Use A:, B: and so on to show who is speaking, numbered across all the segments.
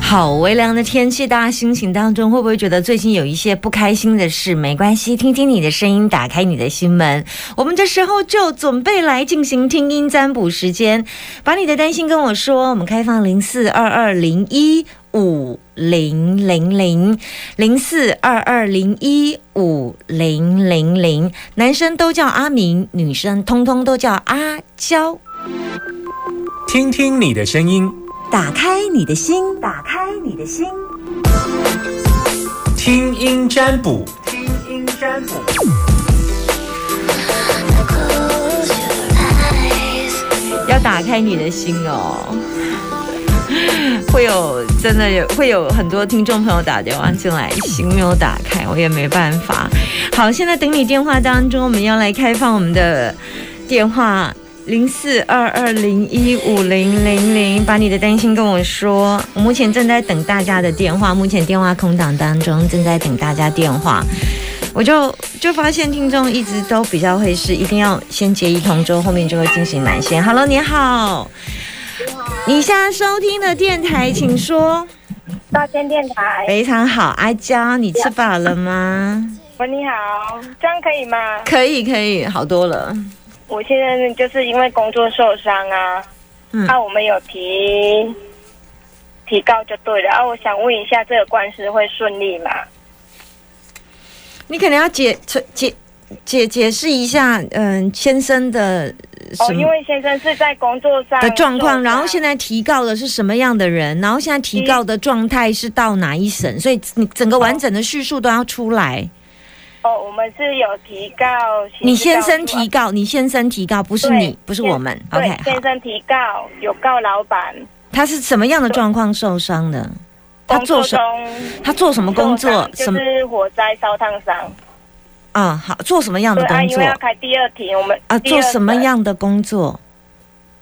A: 好微凉的天气，大家心情当中会不会觉得最近有一些不开心的事？没关系，听听你的声音，打开你的心门。我们这时候就准备来进行听音占卜时间，把你的担心跟我说。我们开放零四二二零一五零零零零四二二零一五零零零，男生都叫阿明，女生通通都叫阿娇。
B: 听听你的声音，
A: 打开你的心。
C: 打开你的心，
B: 听音占卜，
C: 听音占卜。
A: 要打开你的心哦。 会有真的有会有很多听众朋友打电话进来，心没有打开，我也没办法。好，现在等你电话当中，我们要来开放我们的电话零四二二零一五零零零，把你的担心跟我说。我目前正在等大家的电话，目前电话空档当中，正在等大家电话。我就就发现听众一直都比较会是一定要先接一通之后，后面就会进行蓝线。Hello，你好，你现在收听的电台，请说。
D: 大千电台，
A: 非常好，阿娇，你吃饱了吗？
D: 喂，你好，这样可以吗？
A: 可以，可以，好多了。
D: 我现在就是因为工作受伤啊，
A: 嗯
D: 那、我们有提提告就对了。啊，我想问一下，这个官司会顺利吗？
A: 你可能要解解解解解释一下，嗯，先生的
D: 哦，
A: 什
D: 因
A: 么
D: 为先生是在工作上啊
A: 的状况，然后现
D: 在
A: 在提告的是什么样的人，然后现在提告的状态是到哪一审，所以你整个完整的叙述都要出来。
D: 哦，我们是有提告，
A: 你先生
D: 刑
A: 提
D: 事
A: 告，你先生提告，不是
D: 对
A: 你，不是
D: 先
A: 我们。
D: 告诉
A: OK，
D: 对，先
A: 好，
D: 生提告有告老板，
A: 他是什么样的状况受伤的？他做什
D: 工作中
A: 他做什么工
D: 受
A: 作
D: 伤？
A: 什么
D: 就？是火灾烧烫伤。
A: 啊、好，做什么样的
D: 对啊，
A: 工
D: 因
A: 作
D: 为？要开第二庭，我们
A: 啊，
D: 第二
A: 做什么
D: 审？
A: 样的工作？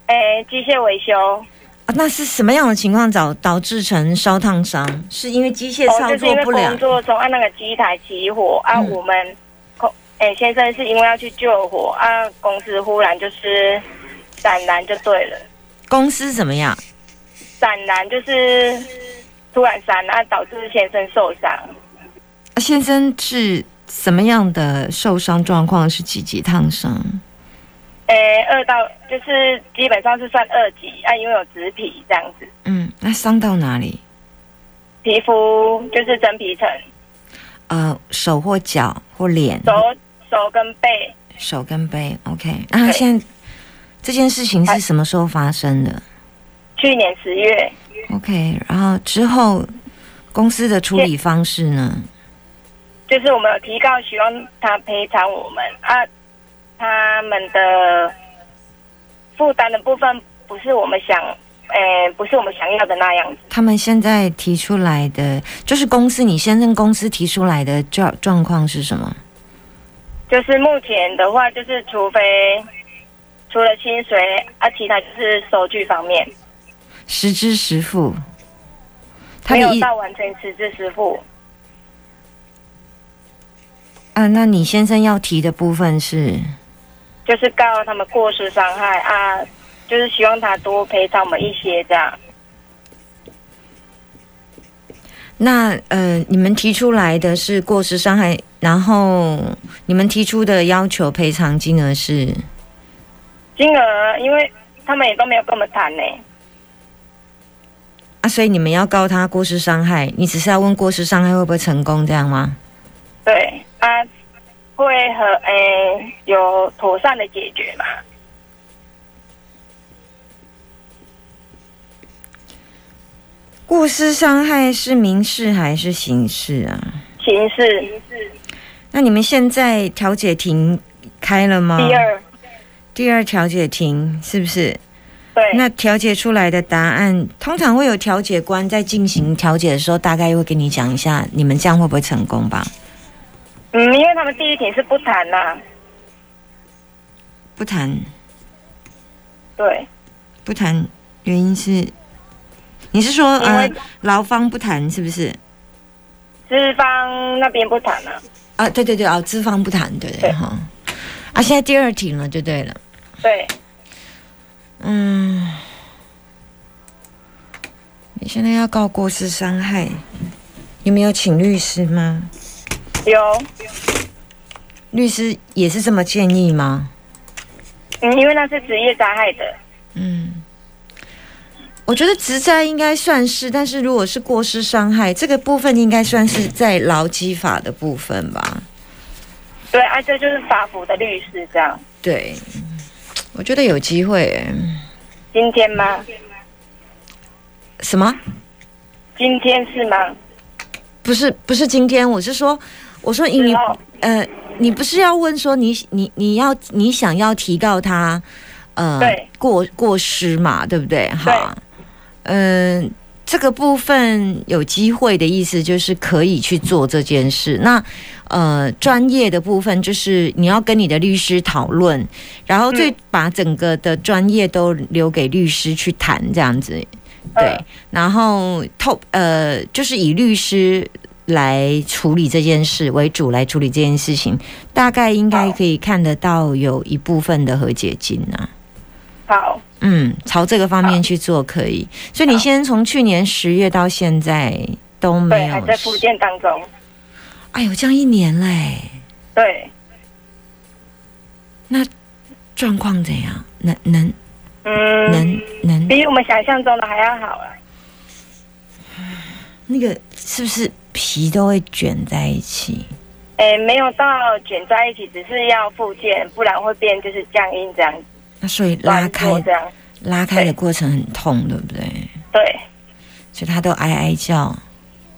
D: 哎，机械维修。
A: 啊，那是什么样的情况导导致成烧烫伤？是因为机械
D: 哦，
A: 操
D: 就是
A: 作
D: 因为
A: 不良
D: 工？作中按那个机台起火啊，
A: 嗯
D: 我们公哎、先生是因为要去救火啊，公司忽然就是闪燃就对了，
A: 公司怎么样？
D: 闪燃就是突然闪燃、啊导致先生受伤。
A: 啊先生是什么样的受伤状况？是几级烫伤？
D: 哎，二到就是基本上是算二级啊，因为有植皮这样子，
A: 嗯，那伤到哪里？
D: 皮肤就是真皮层，
A: 呃，手或脚或脸、
D: 手手跟背，
A: 手跟背。OK，那他
D: 对哎
A: 现在这件事情是什么时候发生的
D: 去年十月
A: ？OK，然后之后公司的处理方式呢？
D: 就是我们有提告，希望他赔偿我们啊，他们的负担的部分不是我们想，呃，不是我们想要的那样子。
A: 他们现在提出来的，就是公司你先生公司提出来的状状况是什么？
D: 就是目前的话，就是除非除了薪水啊，其他就是收据方面，
A: 实支实付。他
D: 没
A: 的
D: 有
A: 意
D: 到完全实质支付。
A: 啊，那你先生要提的部分是
D: 就是告他们过失伤害啊，就是希望他多赔偿我们一些这样。
A: 那呃，你们提出来的是过失伤害，然后你们提出的要求赔偿金额是
D: 金额，因为他们也都没有跟我们谈呢、
A: 啊，所以你们要告他过失伤害，你只是要问过失伤害会不会成功，这样吗？
D: 对啊，会和诶、有妥善的解决嘛？
A: 过失伤害是民事还是刑事啊？
D: 形式
A: 那你们现在调解庭开了吗？
D: 第二，
A: 第二调解庭是不是？
D: 对，
A: 那调解出来的答案，通常会有调解官在进行调解的时候，大概会跟你讲一下，你们这样会不会成功吧？
D: 嗯，因为他们第一庭是不谈呐、
A: 不谈。
D: 对，
A: 不谈，原因是你是说
D: 因
A: 呃
D: 为
A: 劳方不谈是不是？
D: 资方那边不谈呐、
A: 啊，对对对，哦，资方不谈，对对
D: 对
A: 哈。啊，现在第二庭了，就对了。
D: 对，
A: 嗯，你现在要告过失伤害，你没有请律师吗？
D: 有，
A: 律师也是这么建议吗？
D: 嗯，因为那是职业杀害的，
A: 嗯，我觉得职灾应该算是，但是如果是过失伤害这个部分，应该算是在劳基法的部分吧？
D: 对，啊，这就是法服的律师这样。
A: 对，我觉得有机会耶。
D: 今天吗？
A: 什么？
D: 今天是吗？
A: 不是不是今天，我是说，我说你
D: 之后
A: 呃，你不是要问说你你你要你想要提告他呃
D: 对
A: 过过失嘛，对不对？好，嗯、这个部分有机会的意思就是可以去做这件事。那呃，专业的部分就是你要跟你的律师讨论，然
D: 嗯
A: 后最把整个的专业都留给律师去谈，这样子。对
D: 嗯，
A: 然后透呃，就是以律师来处理这件事为主来处理这件事情，大概应该可以看得到有一部分的和解金啊。
D: 好，
A: 嗯，朝这个方面去做可以。所以你先从去年十月到现在都
D: 对，
A: 没
D: 还
A: 有
D: 在复
A: 事，
D: 健当中。
A: 哎呦，这样一年嘞、
D: 对，
A: 状况怎样？能能能
D: 嗯，
A: 能，
D: 比我们想象中的还要好啊。
A: 那个是不是皮都会卷在一起？
D: 哎，没有到卷在一起，只是要复健，不然会变就是僵硬这样，
A: 那所以拉
D: 软弱
A: 开
D: 这样。
A: 拉开的过程很痛，对不对？
D: 对，
A: 所以他都哀哀叫。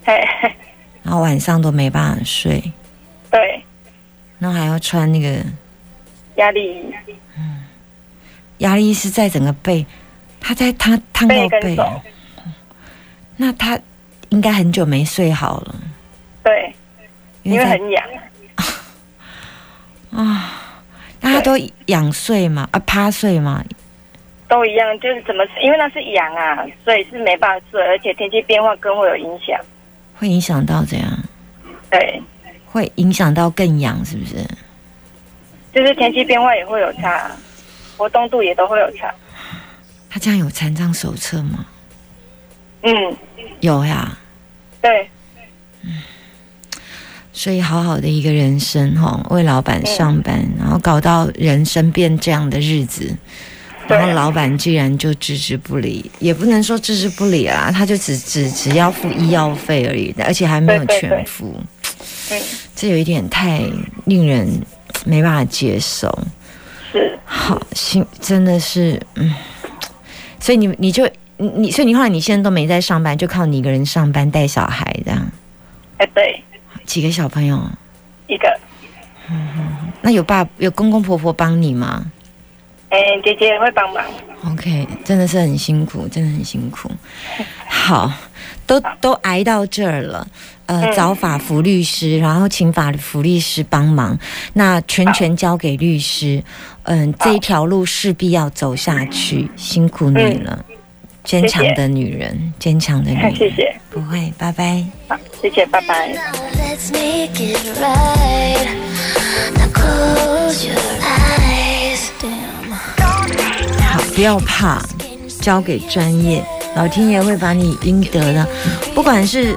D: 嘿，
A: 然后晚上都没办法睡，
D: 对，
A: 然后还要穿那个
D: 压力
A: 压力是在整个背，他在他烫到
D: 背跟
A: 背，
D: 手，
A: 那他应该很久没睡好了，
D: 对，
A: 因
D: 因
A: 为
D: 为
A: 在
D: 很痒，
A: 那他都仰睡嘛，啊趴睡嘛，
D: 都一样，就是怎么，因为那是痒啊，所以是没办法睡，而且天气变化更会有影响。
A: 会影响到怎样？
D: 对，
A: 会影响到更痒是不是？
D: 就是天气变化也会有差，活动度也都会有差。
A: 他这样有残障手册吗？
D: 嗯，
A: 有呀，
D: 对，
A: 所以好好的一个人生哈，为老板上班，然后搞到人生变这样的日子，
D: 对
A: 然后老板竟然就置之不理，也不能说置之不理啊，他就只只只要付医药费而已，而且还没有
D: 对对
A: 全
D: 对
A: 付，
D: 嗯
A: 这有一点太令人没办法接受。
D: 是，
A: 好，心真的是，嗯，所以你你就你你，所以你后来你现在都没在上班，就靠你一个人上班带小孩这样，
D: 哎、对，
A: 几个小朋友，
D: 一个，
A: 那有爸有公公婆婆帮你吗？
D: 哎、姐姐也会帮忙。
A: OK，真的是很辛苦，真的很辛苦。好，都都挨到这儿了，呃，
D: 嗯
A: 找法服律师，然后请法服律师帮忙，那全权交给律师。嗯，这一条路势必要走下去，辛苦你了，坚强的女人，坚强的女人，
D: 嗯谢谢，
A: 不会，拜拜。
D: 好，谢谢，拜拜。
E: Now let's make it right. Now close your eyes. Damn.
A: 好，不要怕，交给专业，老天爷会把你应得的，不管是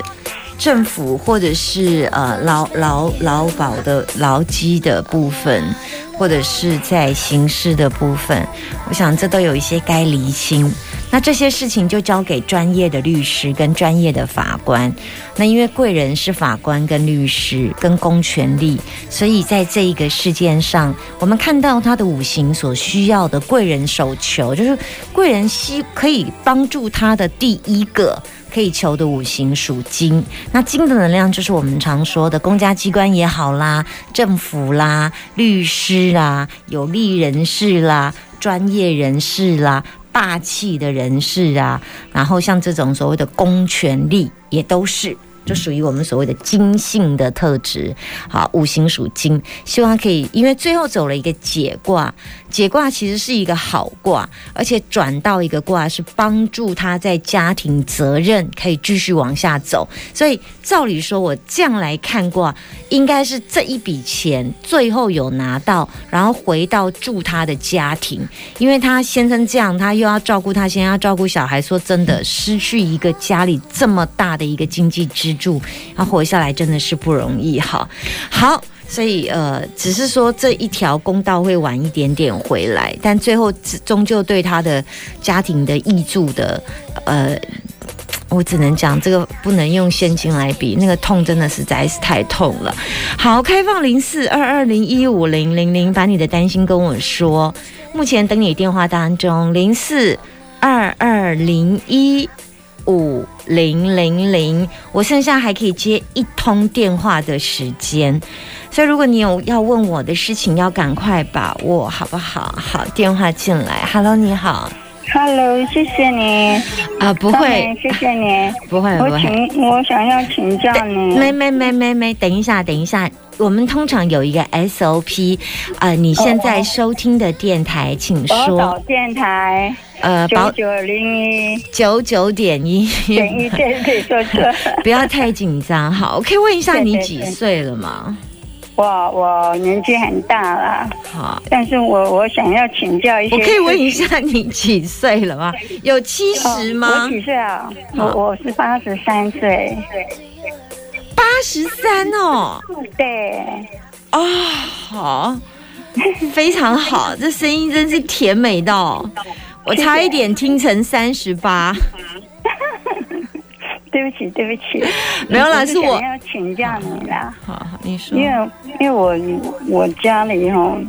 A: 政府或者是呃劳劳劳保的劳基的部分，或者是在刑事的部分，我想这都有一些该厘清。那这些事情就交给专业的律师跟专业的法官。那因为贵人是法官跟律师跟公权力，所以在这一个事件上，我们看到他的五行所需要的贵人手求，就是贵人希可以帮助他的第一个可以求的五行属金。那金的能量就是我们常说的公家机关也好啦，政府啦、律师啦、有利人士啦、专业人士啦、霸气的人士啊，然后像这种所谓的公权力也都是。就属于我们所谓的金性的特质。好，五行属金，希望它可以，因为最后走了一个解卦，解卦其实是一个好卦，而且转到一个卦是帮助他在家庭责任可以继续往下走。所以照理说，我这样来看卦，应该是这一笔钱最后有拿到，然后回到住他的家庭，因为他先生这样，他又要照顾他先生，要照顾小孩。说真的，失去一个家里这么大的一个经济支柱，要活下来真的是不容易哈。好。所以，呃，只是说这一条公道会晚一点点回来，但最后只终究对他的家庭的益助的，呃，我只能讲，这个不能用现金来比，那个痛真的实在是太痛了。好，开放零四二二零一五零零零，把你的担心跟我说。目前等你电话当中，零四二二零一五零零零，我剩下还可以接一通电话的时间。所以如果你有要问我的事情，要赶快把握，好不好？好，电话进来。Hello，你好。
F: Hello，谢谢你，
A: 啊，不
F: 张
A: 会
F: 美，谢谢你。
A: 不会，不
F: 我
A: 会。
F: 请，我想要请教你，
A: 没没没没没，等一下，等一下，我们通常有一个 SOP，呃，你现在收听的电台，请
F: 哦宝岛
A: 说，
F: 电台
A: 呃，
F: 九
A: 保
F: 九零一
A: 九九点一，
F: 点一，对对，说错。
A: 不要太紧张，好，我可以问一下
F: 对
A: 你
F: 对
A: 几
F: 对
A: 岁了吗？
F: 我我年纪很大了，
A: 好，
F: 但是我我想要请教一些。
A: 我可以问一下你几岁了吗？有七十
F: 哦
A: 吗
F: 我？几岁啊？我
A: 好
F: 我是八十三岁。
A: 八十三哦，
F: 对，
A: 哦，好，非常 好，这声音真是甜美到，我差一点听成三十八。
F: 嗯对不起，对不起。
A: 没有啦
F: 是
A: 是我
F: 想要请教你啦，
A: 好，好你说
F: 因为因为我我家里哦，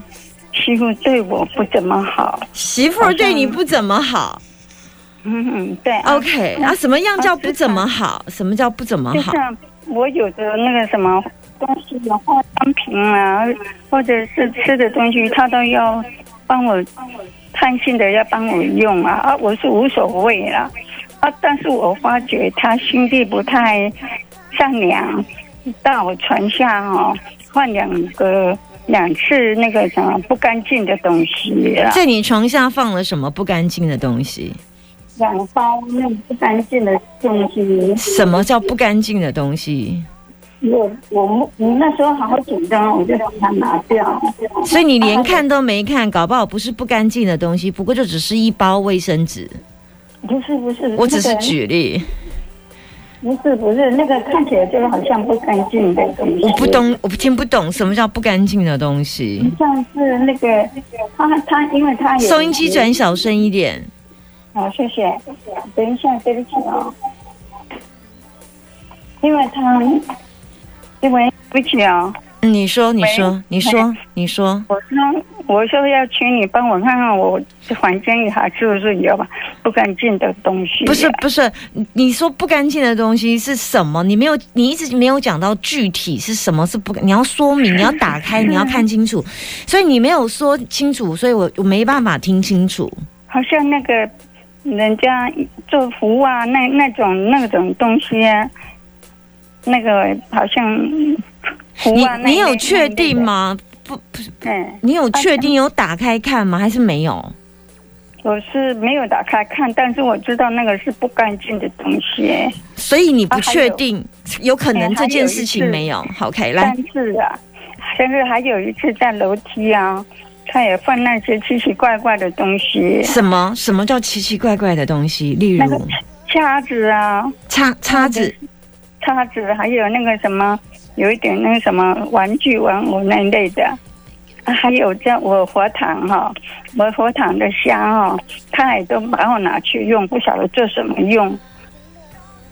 F: 媳妇对我不怎么好。
A: 媳妇儿对你不怎么好
F: 嗯，对啊
A: ，OK 啊？什么样叫不怎么好？什么叫不怎么
F: 就
A: 好？
F: 像我有的那个什么东西的化妆品啊，或者是吃的东西，他都要帮我贪心的要帮我用啊，啊，我是无所谓啦，啊，但是我发觉他心地不太善良，到我床下哦换两个两次那个什么不干净的东西啊，
A: 在你床下放了什么不干净的东西？
F: 两包那种不干净的东西。
A: 什么叫不干净的东西？
F: 我我我那时候好紧张，我就把它拿掉。
A: 所以你连看都没看，搞不好不是不干净的东西，不过就只是一包卫生纸。
F: 不是不是，
A: 我只是
F: 那个
A: 举例，
F: 不是不是那个看起来就是好像不干净的东西。
A: 我不，懂，我听不懂什么叫不干净的东西。
F: 像是那个他他，因为他也
A: 收音机转小声一点。
F: 好，谢谢。等一下，对不起啊、因为他因为对不起啊、
A: 嗯你说，你
F: 喂
A: 说，你说，你说，
F: 我说我说要请你帮我看看我房间里还是不是有不干净的东西、啊
A: 不是不是，你你说不干净的东西是什么？你没有，你一直没有讲到具体是什么是不，你要说明，你要打开，你要看清 楚，所以你没有说清楚，所以我我没办法听清楚。
F: 好像那个人家做服务啊，那那种那种东西、啊，那个好像服务啊，
A: 你
F: 那
A: 你有确定？吗？不，不是，
F: 那嗯，
A: 你有确定有打开看吗？还是没有？
F: 我是没有打开看，但是我知道那个是不干净的东西。
A: 所以你不
F: 啊还有
A: 确定，有可能
F: 嗯
A: 这件
F: 还有一
A: 事情
F: 次
A: 没有。好，OK，来
F: 但，是啊，但是还有一次在楼梯啊，他也放那些奇奇怪怪的东西，
A: 什么什么叫奇奇怪怪的东西？例
F: 那个
A: 如
F: 叉子啊，
A: 叉叉子，
F: 叉子，还有那个什么，有一点那个什么玩具玩偶那一类的。啊还有在我佛堂哈、我佛堂的香哦，他也都把我拿去用，不晓得做什么用，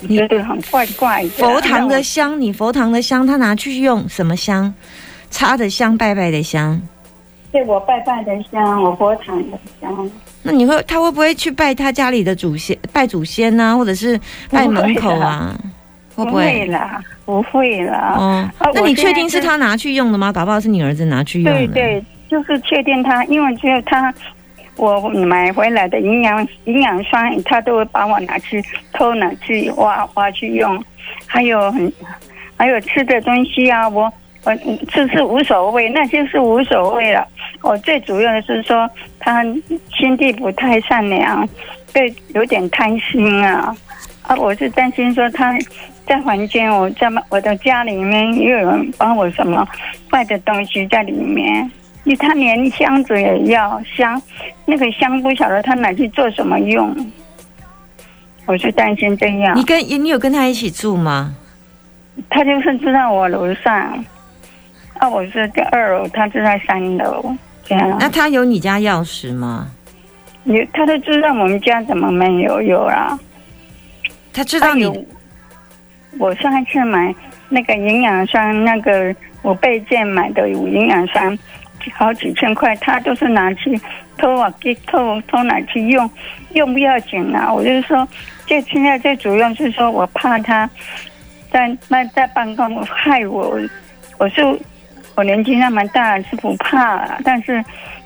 F: 觉得很怪怪的。
A: 佛堂的香，你佛堂的香，他拿去用什么香？插的香，拜拜的香。
F: 对我拜拜的香，我佛堂的香，
A: 那你会，他会不会去拜他家里的祖先，拜祖先呐、或者是拜门口啊？会不
F: 会
A: 会？
F: 啦，不会啦。
A: 哦
F: 啊，
A: 那
F: 我
A: 你
F: 现在
A: 确定是
F: 就
A: 他拿去用的吗？搞不好是你儿子拿去用
F: 对
A: 的。
F: 对，就是确定他，因为只有他，我买回来的营养营养霜，他都会帮我拿去偷拿去挖挖去用，还有很还有吃的东西啊，我我就是无所谓，那就是无所谓了。我最主要的是说他心地不太善良，对，有点贪心啊。啊，我是担心说他在房间，我在我的家里面又有人帮我什么坏的东西在里面，因为他连箱子也要箱，那个箱不晓得他拿去做什么用，我是担心这
A: 你
F: 样。
A: 跟你有跟他一起住吗？
F: 他就是住在我楼上，啊，我是在二楼，他住在三楼，这样。
A: 那他有你家钥匙吗？
F: 你他都知道我们家怎么没有有啊？
A: 他知道你
F: 有。我上一次买那个营养霜，那个我备件买的营养霜，好几千块，他都是拿去偷啊，给偷偷拿去用，用不要紧啊。我就是说，这现在最主要是说我怕他在那在办公害我，我是我年纪那么大是不怕、啊，但是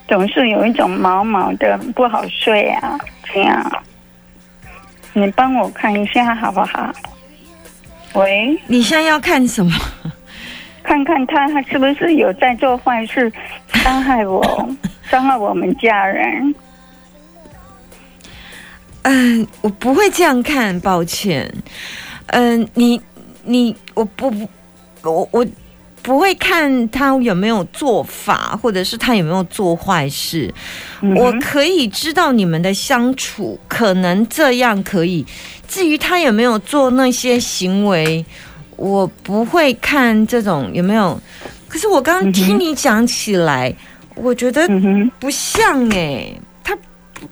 F: 总是有一种毛毛的不好睡啊，这样。你帮我看一下好不好？喂，
A: 你现在要看什么？
F: 看看他他是不是有在做坏事，伤 害我，伤害我们家人。
A: 嗯，我不会这样看，抱歉。嗯，你你我不我我不会看他有没有做法，或者是他有没有做坏事。
F: 嗯
A: 我
F: 哼
A: 可以知道你们的相处可能这样可以，至于他有没有做那些行为，我不会看这种有没有。可是我刚刚听你讲起来，我觉得
F: 嗯哼，
A: 不像哎、他不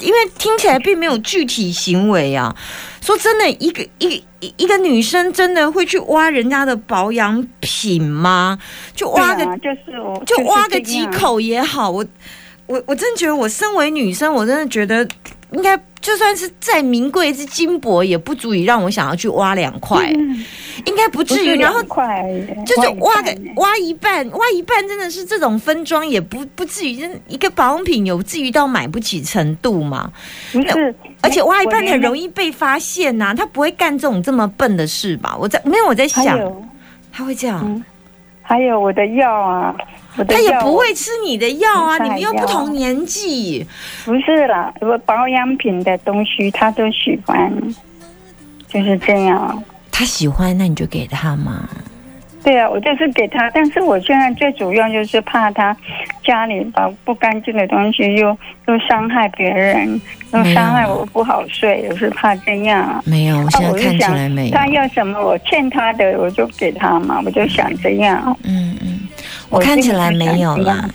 A: 因为听起来并没有具体行为啊。说真的，一个一个一一个女生真的会去挖人家的保养品吗？就挖个、
F: 对啊、就是我
A: 就挖个
F: 是这
A: 几
F: 样
A: 口也好，我我我真觉得，我身为女生，我真的觉得应该就算是再名贵之金箔，也不足以让我想要去挖两块，应该不
F: 嗯不
A: 至
F: 是
A: 于。然后
F: 两块，
A: 就是挖个
F: 一块呢
A: 挖一半，挖一半真的是这种分装也不不至于，真的一个保养品有至于到买不起程度吗？
F: 不是，
A: 而且挖一半很容
F: 易
A: 易被发现呐、他不会干这种这么笨的事吧？我在没有我在
F: 还
A: 想，
F: 有
A: 他会这样，
F: 嗯还有我的药啊，我的
A: 他也
F: 药
A: 不会吃你的药啊，
F: 我
A: 你们又
F: 我
A: 不
F: 在药
A: 同年纪，
F: 不是啦，我保养品的东西他都喜欢，就是这样。
A: 他喜欢那你就给他嘛。
F: 对啊，我就是给他，但是我现在最主要就是怕他家里把不干净的东西又又伤害别人，又伤害我不好睡，我是怕这样啊。
A: 没有，我现在
F: 啊我
A: 看
F: 就
A: 起来哦没
F: 想
A: 有。
F: 他要什么我欠他的我就给他嘛，我就想这样。
A: 嗯嗯，我
F: 我
A: 看
F: 心
A: 起
F: 里
A: 来
F: 是想
A: 没有
F: 这
A: 啦
F: 样，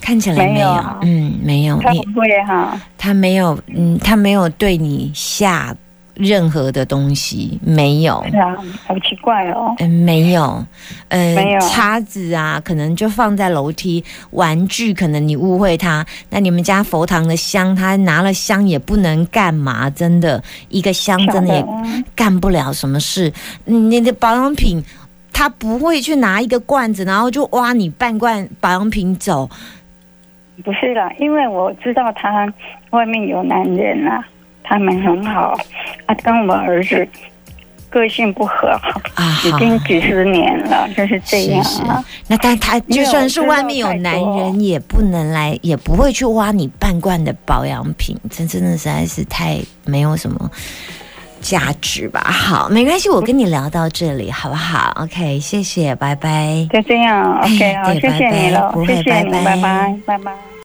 A: 看起来
F: 没
A: 没
F: 有
A: 有
F: 啊，
A: 嗯，没有
F: 他
A: 你
F: 不。会哈、
A: 他没有，嗯，他没有对你下任何的东西，没有，
F: 是啊，好奇怪哦。
A: 嗯，没有，嗯，
F: 没有
A: 叉子啊，可能就放在楼梯，玩具可能你误会他，那你们家佛堂的香，他拿了香也不能干嘛，真的，一个香
F: 晓
A: 真的
F: 得
A: 也干不了什么事，嗯你的保养品。他不会去拿一个罐子，然后就挖你半罐保养品走，
F: 不是啦，因为我知道他外面有男人啦、他们很好，啊，跟我儿子个性不合，
A: 啊
F: 已
A: 好
F: 经几十年了，就是
A: 哎
F: 这样啊。
A: 那但他就算是外面有男
F: 因为我知道太
A: 人，
F: 多
A: 也不能来，也不会去挖你半罐的保养品，这真的实在是太没有什么价值吧。好，没关系，我跟你聊到这里，好不好？OK，谢谢，拜拜。
F: 就这样，OK，好，
A: 嗯对
F: 谢谢你
A: 拜拜
F: 了
A: 不，会
F: 谢谢你，
A: 拜拜
F: 拜拜，拜拜。